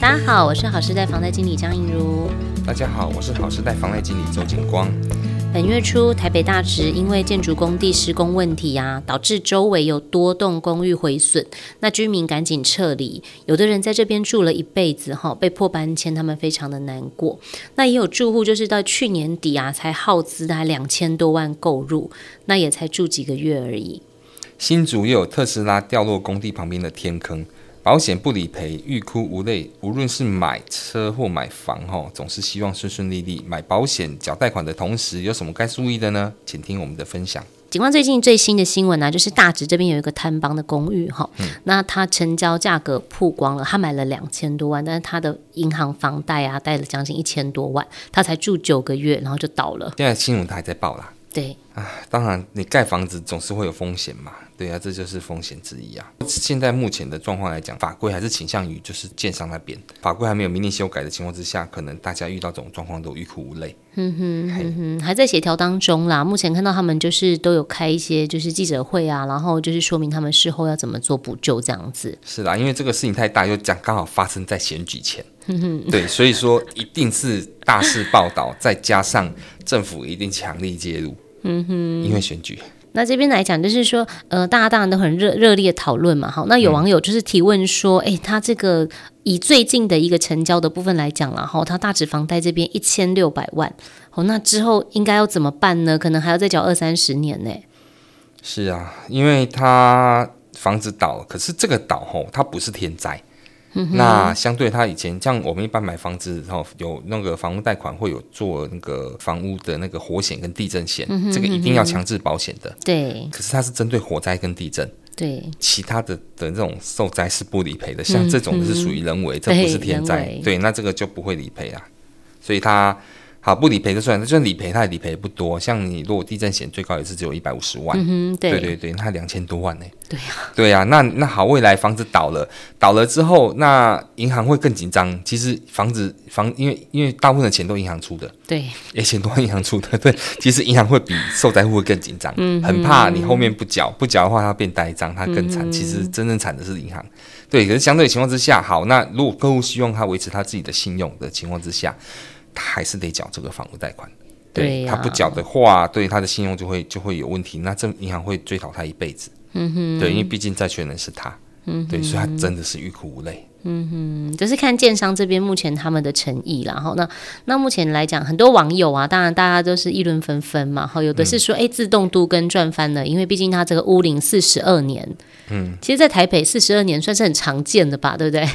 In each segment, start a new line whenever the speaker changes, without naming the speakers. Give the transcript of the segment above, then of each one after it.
大家好，我是好时代房贷经理江映如。
大家好，我是好时代房贷经理周景光。
本月初，台北大直因为建筑工地施工问题啊，导致周围有多栋公寓毁损，那居民赶紧撤离。有的人在这边住了一辈子哈，被迫搬迁，他们非常的难过。那也有住户就是到去年底啊，才耗资大概两千多万购入，那也才住几个月而已。
新竹也有特斯拉掉落工地旁边的天坑，保险不理赔，欲哭无泪。无论是买车或买房，哈，总是希望顺顺利利。买保险、缴贷款的同时，有什么该注意的呢？请听我们的分享。
警方最近最新的新闻呢、啊，就是大直这边有一个摊帮的公寓哈，那他成交价格曝光了，他买了两千多万，但是他的银行房贷啊，贷了将近一千多万，他才住九个月，然后就倒了。
现在新闻台还在报啦。
对，
当然，你盖房子总是会有风险嘛，对啊，这就是风险之一啊。现在目前的状况来讲，法规还是倾向于就是建商那边，法规还没有明令修改的情况之下，可能大家遇到这种状况都欲哭无泪。
嗯，还在协调当中啦。目前看到他们就是都有开一些就是记者会啊，然后就是说明他们事后要怎么做补救这样子。
是啦，因为这个事情太大，又讲刚好发生在选举前， 对，所以说一定是大事报道，再加上政府一定强力介入，嗯哼，因为选举。
那这边来讲，就是说，呃，大家当然都很热热烈讨论嘛，好，那有网友就是提问说，诶，他这个以最近的一个成交的部分来讲啦，哈，他大指房贷这边一千六百万，好，那之后应该要怎么办呢？可能还要再缴二三十年呢、
是啊，因为他房子倒了，可是这个倒吼，它不是天灾。嗯那相对他以前，像我们一般买房子吼，有那个房屋贷款会有做那个房屋的那个火险跟地震险，这个一定要强制保险的。
对
可是它是针对火灾跟地震，
对，
其他的的这种受灾是不理赔的，像这种的是属于人为，这不是天
嗯对人
灾
为，
对，那这个就不会理赔啊。所以它好不理赔就算了，就算理赔，它也理赔不多。像你如果地震险最高也是只有一百五十万，
嗯，对，
对对对，那两千多万呢、
对
啊，对啊，那那好，未来房子倒了，倒了之后，那银行会更紧张。其实房子房，因为因为大部分的钱都银行出的，
对
也钱都银行出的， 对，其实银行会比受灾户会更紧张，很怕你后面不缴，不缴的话它变呆账，它更惨。其实真正惨的是银行，对。可是相对的情况之下，好，那如果客户希望他维持他自己的信用的情况之下，他还是得缴这个房屋贷款。
对呀
他不缴的话，对他的信用就会就会有问题，那这银行会追讨他一辈子。嗯哼，对，因为毕竟债权人是他，嗯，对，所以他真的是欲哭无泪。
嗯就是看建商这边目前他们的诚意啦，哈，那那目前来讲，很多网友啊，当然大家都是议论纷纷嘛，哈，有的是说，哎、自动都跟赚翻了，因为毕竟它这个屋龄四十二年，嗯，其实，在台北四十二年算是很常见的吧，对不对？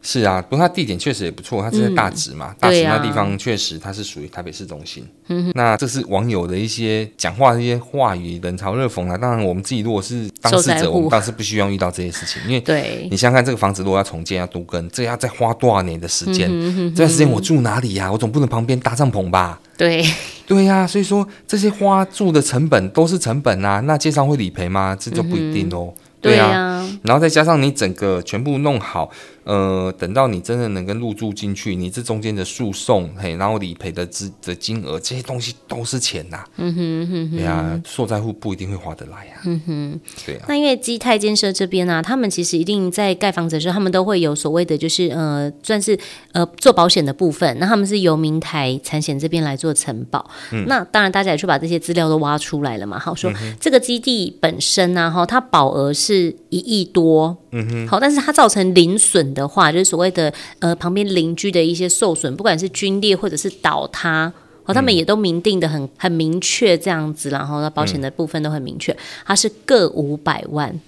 是啊，不过它地点确实也不错，它是在大直嘛，大
对
直
啊
那地方确实它是属于台北市中心。那这是网友的一些讲话的一些话语冷嘲热讽啊。当然，我们自己如果是当事
受灾
者，
户
我们当然是不需要遇到这些事情，因为
对，
你想想看，这个房子如果要重建、要都跟，这要再花多少年的时
嗯
间？这段时间我住哪里呀、我总不能旁边搭帐篷吧？
对，
对呀、所以说这些花住的成本都是成本啊。那建商会理赔吗？这就不一定哦。
对
呀、
啊，
然后再加上你整个全部弄好，呃，等到你真的能跟入住进去，你这中间的诉讼，嘿，然后理赔的资的金额，这些东西都是钱呐、嗯哼哼哼。对啊，受灾户不一定会划得来啊。嗯哼。对啊。
那因为基泰建设这边啊，他们其实一定在盖房子的时候，他们都会有所谓的，就是呃，算是呃做保险的部分。那他们是由明台产险这边来做承保。那当然，大家也去把这些资料都挖出来了嘛。好，说这个基地本身呢、哈，它保额是一亿多。嗯哼。好，但是它造成零损的话，就是所谓的呃旁边邻居的一些受损，不管是皲裂或者是倒塌。哦，他们也都明定的很很明确这样子啦，然后那保险的部分都很明确，它是各五百万，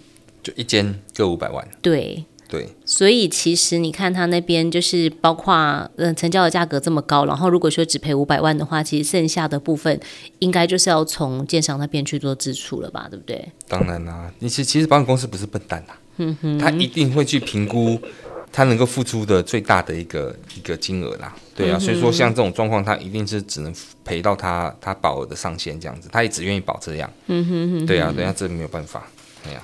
就一间各五百万，
对。
对，
所以其实你看他那边就是包括嗯、呃、成交的价格这么高，然后如果说只赔五百万的话，其实剩下的部分应该就是要从建商那边去做支出了吧，对不对？
当然啦、你其其实保险公司不是笨蛋啦、他一定会去评估他能够付出的最大的一个一个金额啦，对啊，所以说像这种状况，他一定是只能赔到他他保额的上限这样子，他也只愿意保这样，对啊，对啊，这没有办法，哎呀、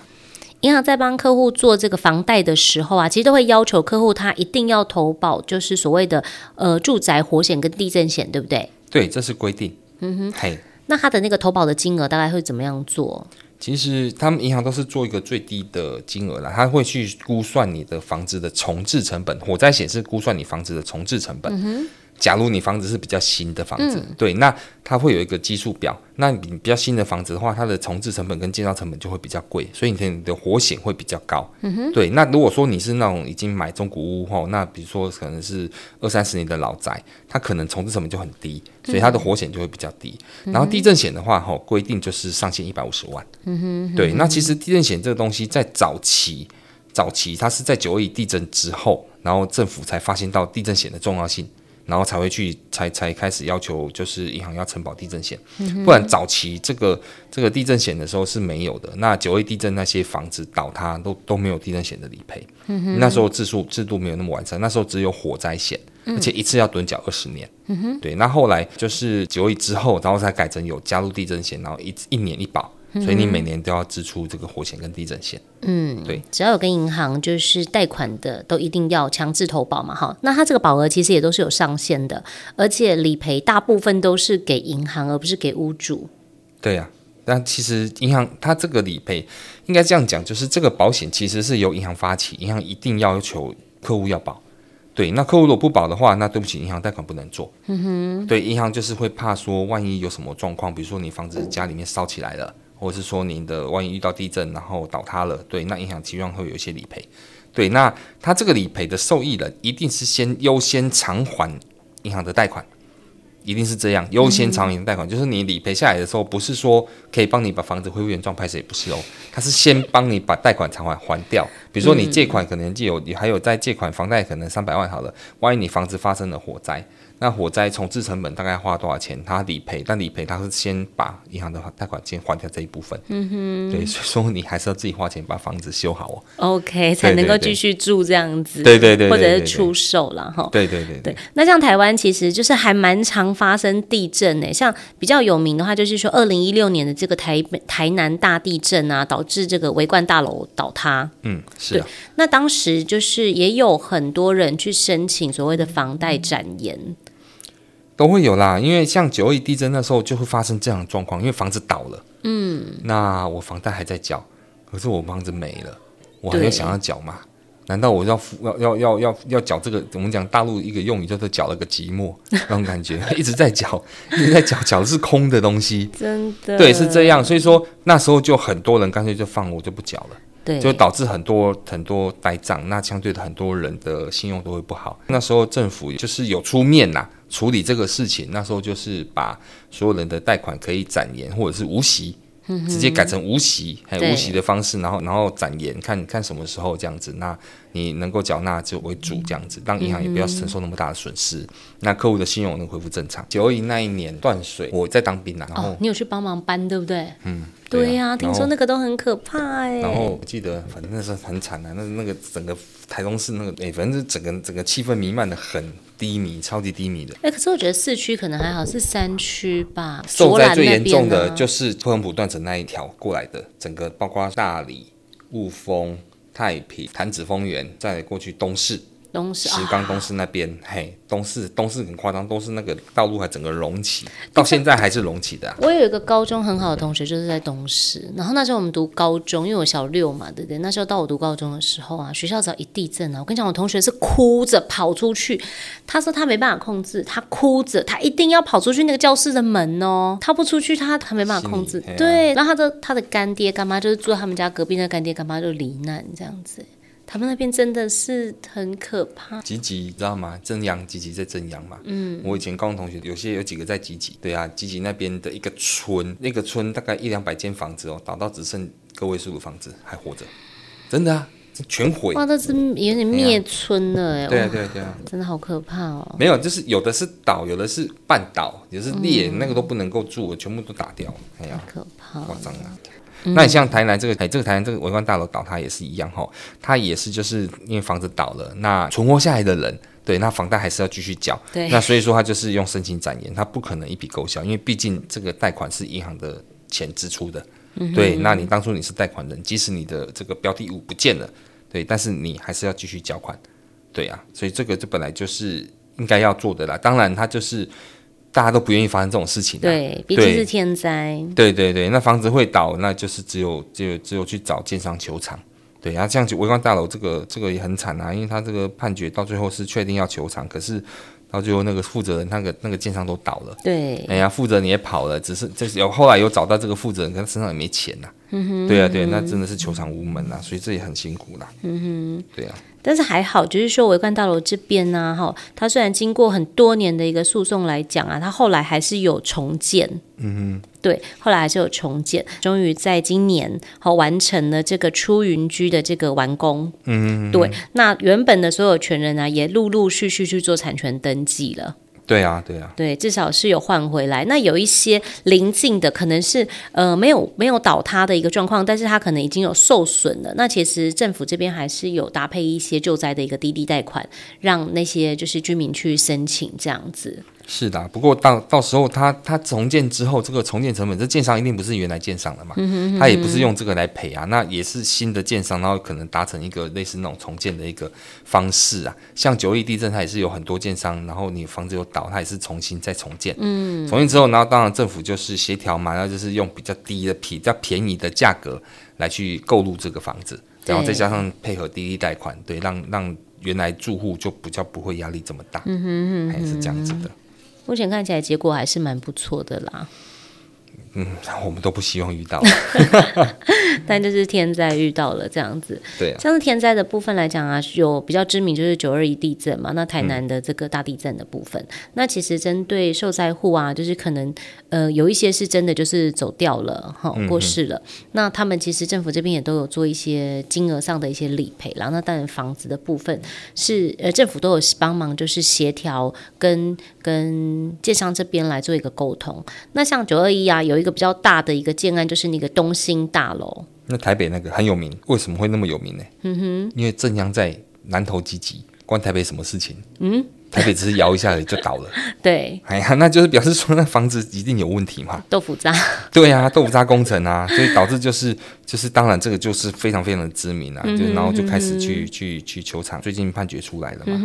银行在帮客户做这个房贷的时候啊，其实啊都会要求客户他一定要投保，就是所谓的呃住宅火险跟地震险，对不对？
对，这是规定，嗯哼，嘿，
那他的那个投保的金额大概会怎么样做？
其实他们银行都是做一个最低的金额啦，他会去估算你的房子的重置成本，火灾险是估算你房子的重置成本。假如你房子是比较新的房子，对，那它会有一个基数表。那你比较新的房子的话，它的重置成本跟建造成本就会比较贵，所以你的你的火险会比较高。对，那如果说你是那种已经买中古屋后，那比如说可能是二三十年的老宅，它可能重置成本就很低，所以它的火险就会比较低。然后地震险的话，吼规定就是上限一百五十万。对，那其实地震险这个东西在早期，早期它是在九二一地震之后，然后政府才发现到地震险的重要性，然后才会去才才开始要求就是银行要承保地震险，不然早期这个这个地震险的时候是没有的。那九二一地震那些房子倒塌都都没有地震险的理赔，那时候制度制度没有那么完善，那时候只有火灾险。而且一次要趸缴二十年，对。那后来就是九二一之后，然后才改成有加入地震险，然后一一年一保，所以你每年都要支出这个火险跟地震险。
只要有跟银行就是贷款的，都一定要强制投保嘛，哈。那它这个保额其实也都是有上限的，而且理赔大部分都是给银行，而不是给屋主。
对呀、那其实银行它这个理赔应该这样讲，就是这个保险其实是由银行发起，银行一定要求客户要保。对，那客户如果不保的话，那对不起，银行贷款不能做。嗯哼，对，银行就是会怕说，万一有什么状况，比如说你房子家里面烧起来了，或者是说你的万一遇到地震然后倒塌了，对，那银行期望会有一些理赔。对，那他这个理赔的受益人一定是先优先偿还银行的贷款，一定是这样，优先偿还银行贷款，就是你理赔下来的时候，不是说可以帮你把房子恢复原状拍谁不是哦，他是先帮你把贷款偿还还掉。比如说你借款可能借有，你还有在借款房贷可能三百万好了，万一你房子发生了火灾，那火灾重置成本大概花多少钱？他理赔，但理赔他是先把银行的贷款先还掉这一部分。嗯哼，对，所以说你还是要自己花钱把房子修好哦。
OK，才能够
对对
继续住这样子，
对对对对
或者
对
是
对
出售啦。哈。
哦对对对对
对，那像台湾其实就是还蛮常发生地震呢、像比较有名的话，就是说二零一六年的这个台北台南大地震啊，导致这个维冠大楼倒塌。
嗯，是啊，
那当时就是也有很多人去申请所谓的房贷展延，
都会有啦，因为像九二一地震那时候就会发生这样的状况，因为房子倒了，嗯，那我房贷还在缴，可是我房子没了，我还
对
要想要缴嘛？难道我要付要要要要要缴这个？我们讲大陆一个用语叫做“缴了个寂 寞”，那种感觉一直在缴，一直在缴，缴的是空的东西。
真的
对，是这样。所以说那时候就很多人干脆就放我就不缴了。
对，
就导致很多很多呆账，那相对的很多人的信用都会不好。那时候政府就是有出面呐、处理这个事情，那时候就是把所有人的贷款可以展延或者是无息。直接改成无息，
嗯
还
对
有无息的方式，然后然后展延，看看什么时候这样子，那你能够缴纳就为主，这样子，让银行也不要承受那么大的损失，那客户的信用能恢复正常。九二一那一年断水，我在当兵啊，然后、
哦，你有去帮忙搬对不对？
嗯，
对
呀、
呀、
然
听
后
说那个都很可怕哎、
然后我记得，反正那时候很惨啊，那那个整个台中市那个，哎、反正是整个整个气氛弥漫的很低迷，超级低迷的。
哎、可是我觉得市区可能还好，是山区吧，
受
卓
灾
兰
最
那
严
边
重的
啊
就是托恩普断层那一条过来的，整个包括大理、雾峰、太平、潭子丰原，再过去东市、
东石
石
啊，
冈东市那边，嘿，东市东市很夸张，东市那个道路还整个隆
啊
起，到现在还是隆起的啊、
我有一个高中很好的同学，就是在东石。然后那时候我们读高中，因为我小六嘛，对不对？那时候到我读高中的时候啊，学校只要一地震啊，我跟你讲，我同学是哭着跑出去。他说他没办法控制，他哭着，他一定要跑出去那个教室的门哦。他不出去，他他没办法控制
心里。嘿啊
对，然后他的他的干爹干妈就是住在他们家隔壁，那干爹干妈就罹难这样子。他们那边真的是很可怕，
吉吉，知道吗？正阳吉吉在正阳嘛。嗯，我以前高中同学有些有几个在吉吉，对啊，吉吉那边的一个村，那个村大概一两百间房子哦，倒到只剩个位数的房子还活着，真的啊，这全毁。
哇，那是有点灭村了哎、
哎对啊，
哇
对啊，对啊，
真的好可怕哦。
没有，就是有的是倒，有的是半倒，有的是裂，那个都不能够住，全部都打掉。哎呀、
可怕，哦
夸张啊。那你像台南这个，哎，这个台南这个维冠大楼倒塌也是一样哈，它也是就是因为房子倒了，那存活下来的人，对，那房贷还是要继续缴，
对
那所以说它就是用申请展延，它不可能一笔勾销，因为毕竟这个贷款是银行的钱支出的，对，那你当初你是贷款人，即使你的这个标的物不见了，对，但是你还是要继续缴款，对啊，所以这个这本来就是应该要做的啦，当然它就是大家都不愿意发生这种事情、啊。
对，毕竟是天灾，
对对对，那房子会倒，那就是只有只有只有去找建商求偿。对，然、啊、后这样就围观大楼这个这个也很惨啊，因为他这个判决到最后是确定要求偿，可是到最后那个负责人那个那个建商都倒了，
对，
哎呀，负责人也跑了，只是这有后来有找到这个负责人，可他身上也没钱呐、嗯对啊对啊，那真的是求偿无门啊，所以这也很辛苦啦。嗯哼，对啊。
但是还好，就是说维冠大楼这边呢，哈，它虽然经过很多年的一个诉讼来讲啊，它后来还是有重建，嗯哼，对，后来还是有重建，终于在今年好完成了这个出云居的这个完工，嗯哼对，那原本的所有权人啊，也陆陆续续去做产权登记了。
对啊，对啊，
对，至少是有换回来。那有一些临近的，可能是呃没有没有倒塌的一个状况，但是它可能已经有受损了。那其实政府这边还是有搭配一些救灾的一个滴滴贷款，让那些就是居民去申请这样子。
是的啊，不过到到时候它它重建之后，这个重建成本，这建商一定不是原来建商了嘛，他也不是用这个来赔啊，那也是新的建商，然后可能达成一个类似那种重建的一个方式啊。像九一地震，它也是有很多建商，然后你房子有倒，它也是重新再重建，嗯，重建之后，然后当然政府就是协调嘛，然后就是用比较低的、比较便宜的价格来去购入这个房子，然后再加上配合滴滴贷款，对，让让原来住户就比较不会压力这么大，嗯还是这样子的。
目前看起来结果还是蛮不错的啦，
嗯，我们都不希望遇到，
但就是天灾遇到了这样子。
对啊，
像是天灾的部分来讲啊，有比较知名就是九二一地震嘛，那台南的这个大地震的部分，那其实针对受灾户啊，就是可能呃有一些是真的就是走掉了哈，过世了，那他们其实政府这边也都有做一些金额上的一些理赔啦。那当然房子的部分是呃政府都有帮忙，就是协调跟跟建商这边来做一个沟通。那像九二一啊，有一个比较大的一个建案就是那个东兴大楼。
那台北那个很有名，为什么会那么有名呢？嗯哼，因为正央在南投积极，关台北什么事情？嗯，台北只是摇一下而已就倒了。
对，
哎呀，那就是表示说那房子一定有问题嘛。
豆腐渣，
对啊，豆腐渣工程啊，所以导致就是就是，当然这个就是非常非常的知名啊，就然后就开始去去去球场，最近判决出来了嘛，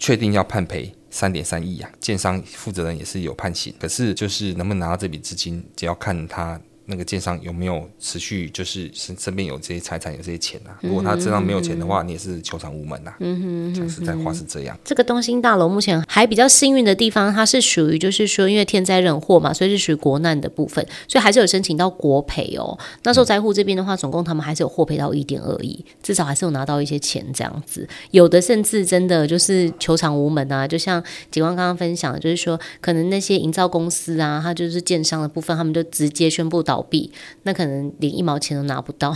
确定要判赔三点三亿啊，建商负责人也是有判刑，可是就是能不能拿到这笔资金，只要看他。那个建商有没有持续就是身身边有这些财产有这些钱啊？如果他身上没有钱的话，你也是求偿无门呐、啊。嗯嗯哼，讲实在话是这样。
这个东兴大楼目前还比较幸运的地方，它是属于就是说，因为天灾人祸嘛，所以是属于国难的部分，所以还是有申请到国赔哦。那受灾户这边的话，总共他们还是有获赔到一点二亿，至少还是有拿到一些钱这样子。有的甚至真的就是求偿无门啊，就像警官刚刚分享的，就是说可能那些营造公司啊，它就是建商的部分，他们就直接宣布倒闭，那可能连一毛钱都拿不到。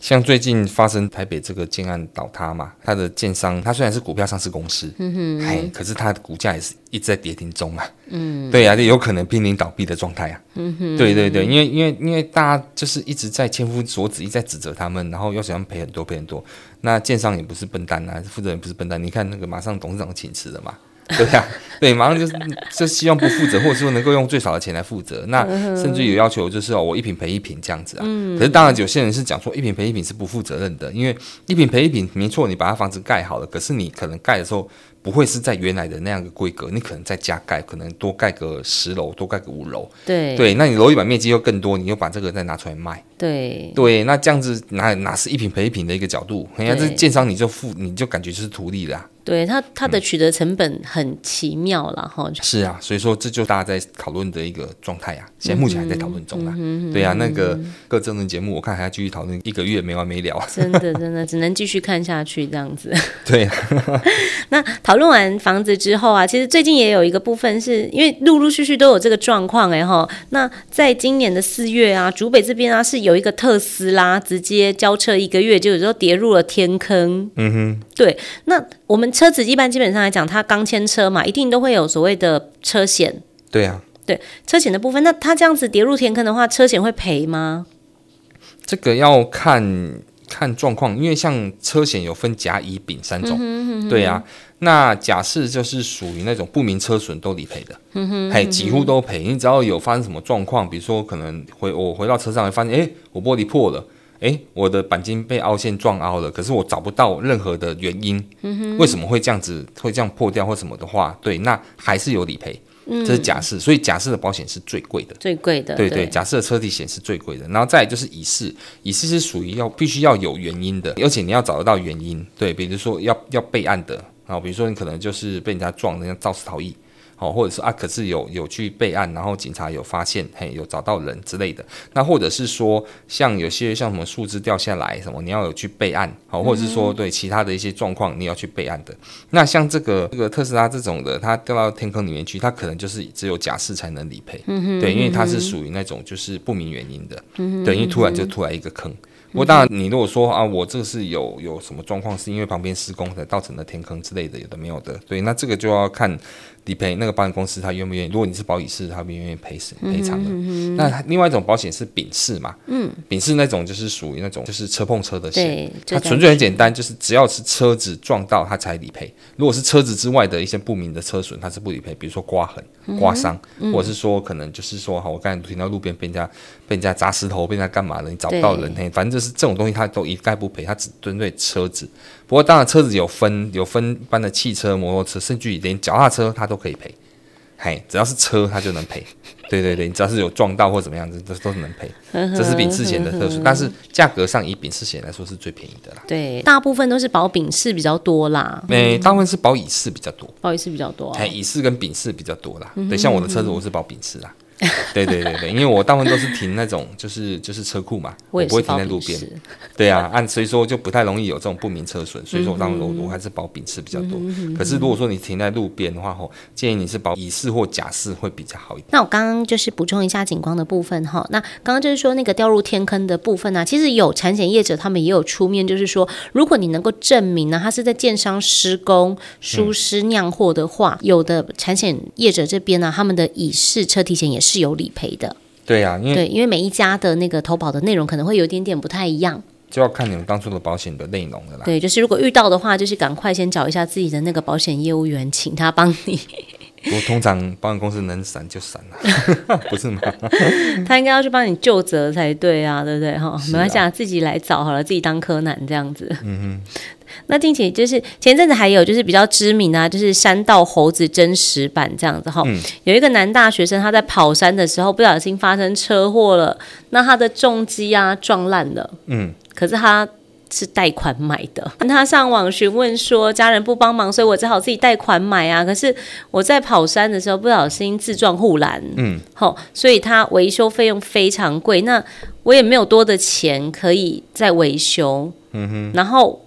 像最近发生台北这个建案倒塌嘛，它的建商它虽然是股票上市公司，嗯哼，哎，可是它的股价也是一直在跌停中嘛，嗯，对呀、啊，就有可能濒临倒闭的状态啊，嗯哼，对对对，因为因为因为大家就是一直在千夫所指，一直在指责他们，然后要想赔很多赔很多，那建商也不是笨蛋啊，负责人不是笨蛋，你看那个马上董事长请辞了嘛。对啊呀、 对，马上就是就希望不负责，或者说能够用最少的钱来负责。那
嗯
甚至有要求就是哦，我一瓶赔一瓶这样子啊。可是当然有些人是讲说一瓶赔一瓶是不负责任的，因为一瓶赔一瓶没错，你把它房子盖好了，可是你可能盖的时候不会是在原来的那样的规格，你可能再加盖，可能多盖个十楼，多盖个五楼。
对
对，那你楼地板面积又更多，你又把这个再拿出来卖。
对
对，那这样子哪哪是一瓶赔一瓶的一个角度？人家这
对
建商你就负你就感觉就是图利啦、
对，它它的取得成本很奇妙啦，哈、
是啊，所以说这就大家在讨论的一个状态啊，现在目前还在讨论中啊。对啊，那个各政论节目，我看还要继续讨论一个月没完没了啊。
真的真的只能继续看下去这样子。
对啊，
那讨论完房子之后啊，其实最近也有一个部分是因为陆陆续续都有这个状况哎哈。那在今年的四月啊，竹北这边啊是有一个特斯拉直接交车一个月，就有时候跌入了天坑。嗯哼，对。那我们车子一般基本上来讲，它刚签车嘛，一定都会有所谓的车险。
对啊，
对车险的部分，那它这样子跌入天坑的话，车险会赔吗？
这个要看看状况，因为像车险有分甲、乙、丙三种。对啊，那甲式就是属于那种不明车损都理赔的，嘿，几乎都赔。你只要有发生什么状况，比如说可能回我回到车上，哎发现诶，我玻璃破了。诶，我的钣金被凹陷撞凹了，可是我找不到任何的原因，为什么会这样子，会这样破掉或什么的话，对，那还是有理赔。这是假释，所以假释的保险是最贵的。
最贵的，
对
对
对，假设车体险是最贵的，然后再来就是乙式，乙式是属于要必须要有原因的，而且你要找得到原因，对，比如说要要备案的，啊，比如说你可能就是被人家撞，人家肇事逃逸，好、或者是啊，可是有有去备案，然后警察有发现，嘿，有找到人之类的，那或者是说像有些像什么树枝掉下来什么，你要有去备案，好、或者是说对其他的一些状况你要去备案的，那像这个这个特斯拉这种的，它掉到天坑里面去，它可能就是只有假释才能理赔，对，因为它是属于那种就是不明原因的，对，因为突然就突然一个坑。不过当然，你如果说啊，我这个是有有什么状况，是因为旁边施工才造成的天坑之类的，有的没有的，对，那这个就要看理赔那个保险公司他愿不愿意。如果你是保乙式，他不愿意赔赔赔偿的。那另外一种保险是丙式嘛，嗯，丙式那种就是属于那种就是车碰车的险，
对，
它
最
纯
单
粹很简单，就是只要是车子撞到，它才理赔。如果是车子之外的一些不明的车损，它是不理赔，比如说刮痕、刮伤，或者是说可能就是说，好，我刚才停到路边被人家被人家砸石头，被人家干嘛的，你找不到人，嘿，反正就是这种东西，它都一概不赔，它只针对车子。不过当然，车子有分有分一般的汽车、摩托车，甚至于连脚踏车它都可以赔。嘿，只要是车，它就能赔。 对对对，你只要是有撞到或怎么样子，这都是能赔。
嗯
这是丙式险的特殊，但是价格上以丙式险来说是最便宜的啦。
对，大部分都是保丙式比较多啦，
诶、大部分是保乙式比较多，
保乙式比较多啊、
哎、乙式跟丙式比较多
嗯
啦。对，像我的车子我是保丙式啦。对对对对，因为我大部分都是停那种就是就是车库 嘛，我
也
不会
是
停
保
在路
丙
边。
式，
对啊，嗯按所以说就不太容易有这种不明车损，所以说我当时我我还是保丙式比较多。可是如果说你停在路边的话，吼，建议你是保乙式或甲式会比较好一点。
那我刚刚就是补充一下景光的部分哈。那刚刚就是说那个掉入天坑的部分呢、其实有产险业者他们也有出面，就是说，如果你能够证明啊呢，他是在建商施工、疏失酿祸的话，有的产险业者这边呢、啊他们的乙式车体险也是有理赔的。
对啊，因为
对，因为每一家的那个投保的内容可能会有一点点不太一样。
就要看你们当初的保险的内容了啦。
对，就是如果遇到的话，就是赶快先找一下自己的那个保险业务员，请他帮你。
我通常保险公司能闪就闪啦、 不是吗？
他应该要去帮你救责才对啊，对不对哈？没关系嗯啊，自己来找好了，自己当柯南这样子。嗯那近期就是前阵子还有就是比较知名啊，就是山道猴子真实版这样子哈、有一个男大学生他在跑山的时候不小心发生车祸了，那他的重机啊撞烂了，
嗯，
可是他。是贷款买的，他上网询问说家人不帮忙，所以我只好自己贷款买啊。可是我在跑山的时候不小心自撞护栏，
嗯，
好、所以它维修费用非常贵。那我也没有多的钱可以再维修，嗯哼，然后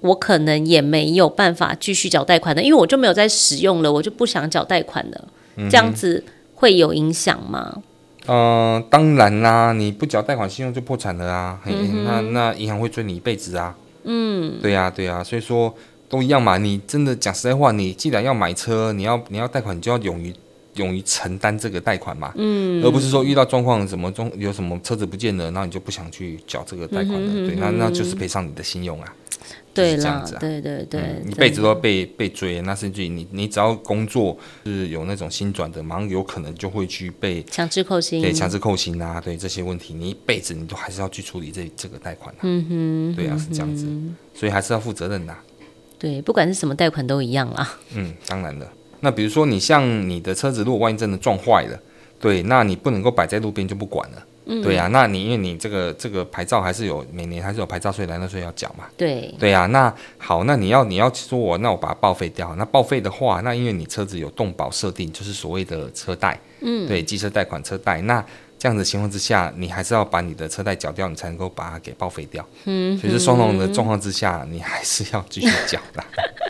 我可能也没有办法继续缴贷款的，因为我就没有再使用了，我就不想缴贷款了，
嗯
这样子会有影响吗？
呃，当然啦，你不缴贷款信用就破产了啊，嘿
嗯
那那银行会追你一辈子啊。嗯，对呀、对呀、所以说都一样嘛。你真的讲实在话，你既然要买车，你要你要贷款，你就要勇于勇于承担这个贷款嘛。嗯，而不是说遇到状况什么中有什么车子不见了，然后你就不想去缴这个贷款了。
嗯
对，那那就是赔上你的信用啊。
对
就是这
啦
样，子啊
对对对，
嗯一
真
辈子
的
都要被被追，那甚至于你你只要工作是有那种新转的，马上有可能就会去被
强制扣薪，
对强制扣薪啊，对这些问题，你一辈子你都还是要去处理这这个贷款、啊。
嗯哼，
对啊，是这样子，所以还是要负责任的啊、
对，不管是什么贷款都一样啦。
嗯，当然了。那比如说你像你的车子，如果万一真的撞坏了，对，那你不能够摆在路边就不管了。对啊，那你因为你这个这个牌照还是有每年还是有牌照税、燃料税要缴嘛，
对，
对啊，那好，那你要你要说我，那我把它报废掉。那报废的话，那因为你车子有动保设定，就是所谓的车贷，嗯，对，机车贷款车贷。那这样的情况之下，你还是要把你的车贷缴掉，你才能够把它给报废掉。嗯，所以是双重的状况之下，你还是要继续缴啦。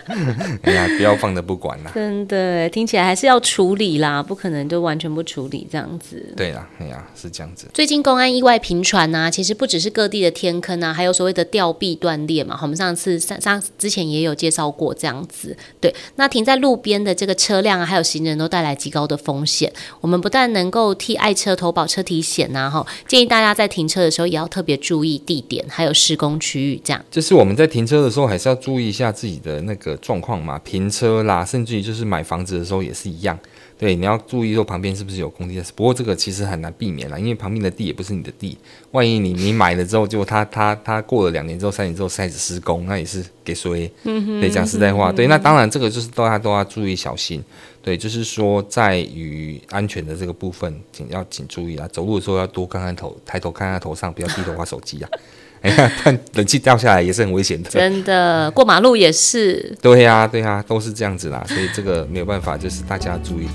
哎呀，不要放着不管啦。
真的听起来还是要处理啦，不可能就完全不处理这样子。
对啦，哎呀，是这样子。
最近公安意外频传呐、其实不只是各地的天坑啊，还有所谓的吊臂断裂嘛。好我们上次上上之前也有介绍过这样子。对，那停在路边的这个车辆啊，还有行人都带来极高的风险。我们不但能够替爱车投保车体险呐、哈，建议大家在停车的时候也要特别注意地点，还有施工区域这样。
就是我们在停车的时候，还是要注意一下自己的那个个状况嘛，停车啦，甚至于就是买房子的时候也是一样。对，你要注意说旁边是不是有工地。不过这个其实很难避免啦，因为旁边的地也不是你的地，万一你你买了之后，结果他他他过了两年之后、三年之后开始施工，那也是给谁？对，讲实在话，对，那当然这个就是大家都要注意小心。对，就是说在于安全的这个部分，请要请注意啦。走路的时候要多看看头，抬头看看头上，不要低头划手机啊。 哎呀，但冷气掉下来也是很危 险的。
真的，过马路也是。
对呀、对呀、都是这样子啦，所以这个没有办法，就是大家注意了。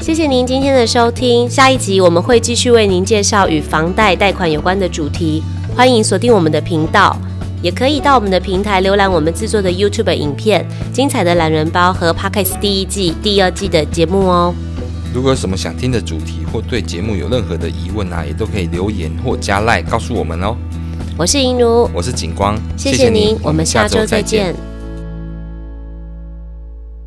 谢谢您今天的收听，下一集我们会继续为您介绍与房贷贷款有关的主题，欢迎锁定我们的频道，也可以到我们的平台浏览我们制作的 YouTube 影片、精彩的懒人包和 Podcast 第一季、第二季的节目哦。
如果有什么想听的主题，或对节目有任何的疑问啊，也都可以留言或加赖告诉我们哦。
我是银如，
我是景光，
谢谢您，我们下周再见。